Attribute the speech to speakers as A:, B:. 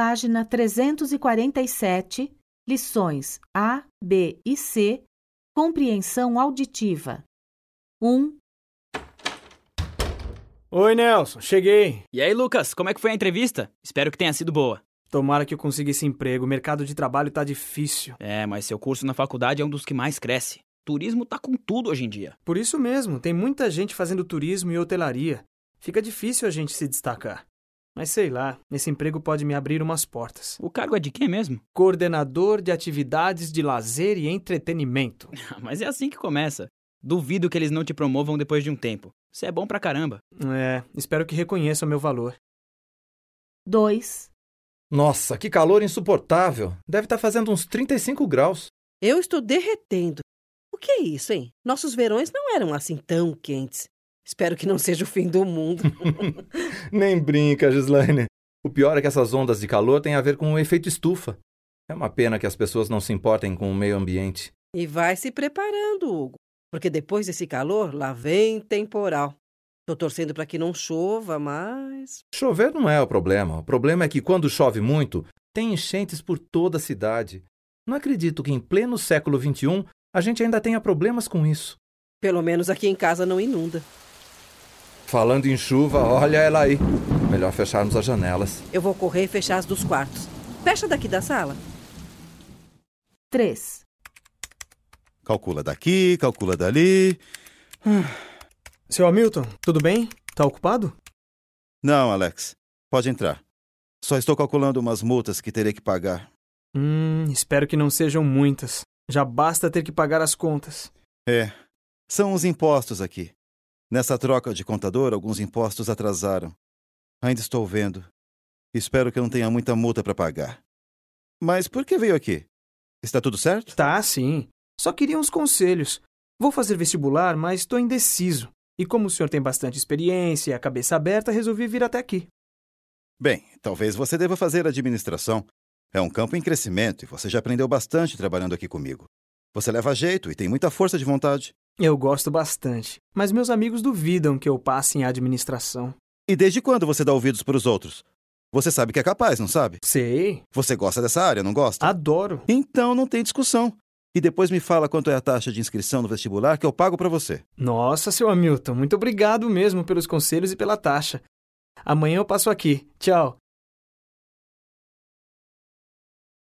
A: Página 347, lições A, B e C, compreensão auditiva. 1,
B: Oi, Nelson, cheguei.
C: E aí, Lucas, como é que foi a entrevista? Espero que tenha sido boa.
B: Tomara que eu consiga esse emprego, o mercado de trabalho tá difícil.
C: É, mas seu curso na faculdade é um dos que mais cresce. Turismo tá com tudo hoje em dia.
B: Por isso mesmo, tem muita gente fazendo turismo e hotelaria. Fica difícil a gente se destacar. Mas sei lá, esse emprego pode me abrir umas portas.
C: O cargo é de quem mesmo?
B: Coordenador de atividades de lazer e entretenimento.
C: Ah, Mas é assim que começa. Duvido que eles não te promovam depois de um tempo. Você é bom pra caramba.
B: É, espero que reconheçam meu valor.
A: 2,
D: Nossa, que calor insuportável! Deve estar fazendo uns 35 graus.
E: Eu estou derretendo. O que é isso, hein? Nossos verões não eram assim tão quentes. Espero que não seja o fim do mundo.
D: Nem brinca, Gislaine. O pior é que essas ondas de calor têm a ver com o efeito estufa. É uma pena que as pessoas não se importem com o meio ambiente.
E: e vai se preparando, Hugo, porque depois desse calor, lá vem temporal. Tô torcendo para que não chova, mas.
D: Chover não é o problema. O problema é que quando chove muito, tem enchentes por toda a cidade. Não acredito que em pleno século XXI a gente ainda tenha problemas com isso.
E: Pelo menos aqui em casa não inunda.
D: Falando em chuva, olha ela aí. Melhor fecharmos as janelas.
E: Eu vou correr e fechar as dos quartos. Fecha daqui da sala.
A: 3,
F: Calcula daqui, calcula dali.
B: Seu Hamilton, tudo bem? Tá ocupado?
F: Não, Alex, pode entrar. Só estou calculando umas multas que terei que pagar.
B: Hum, espero que não sejam muitas. Já basta ter que pagar as contas.
F: É, são os impostos aqui. Nessa troca de contador, alguns impostos atrasaram. Ainda estou vendo. Espero que eu não tenha muita multa para pagar. Mas por que veio aqui? Está tudo certo?
B: Tá, sim. Só queria uns conselhos. Vou fazer vestibular, mas estou indeciso. E como o senhor tem bastante experiência e a cabeça aberta, resolvi vir até aqui.
F: Bem, talvez você deva fazer administração. É um campo em crescimento e você já aprendeu bastante trabalhando aqui comigo. Você leva jeito e tem muita força de vontade.
B: Eu gosto bastante, mas meus amigos duvidam que eu passe em administração.
F: E desde quando você dá ouvidos para os outros? Você sabe que é capaz, não sabe?
B: Sei,
F: Você gosta dessa área, não gosta?
B: adoro.
F: Ah, Então não tem discussão. E depois me fala quanto é a taxa de inscrição no vestibular que eu pago para você.
B: Nossa, seu Hamilton, muito obrigado mesmo pelos conselhos e pela taxa. Amanhã eu passo aqui. Tchau.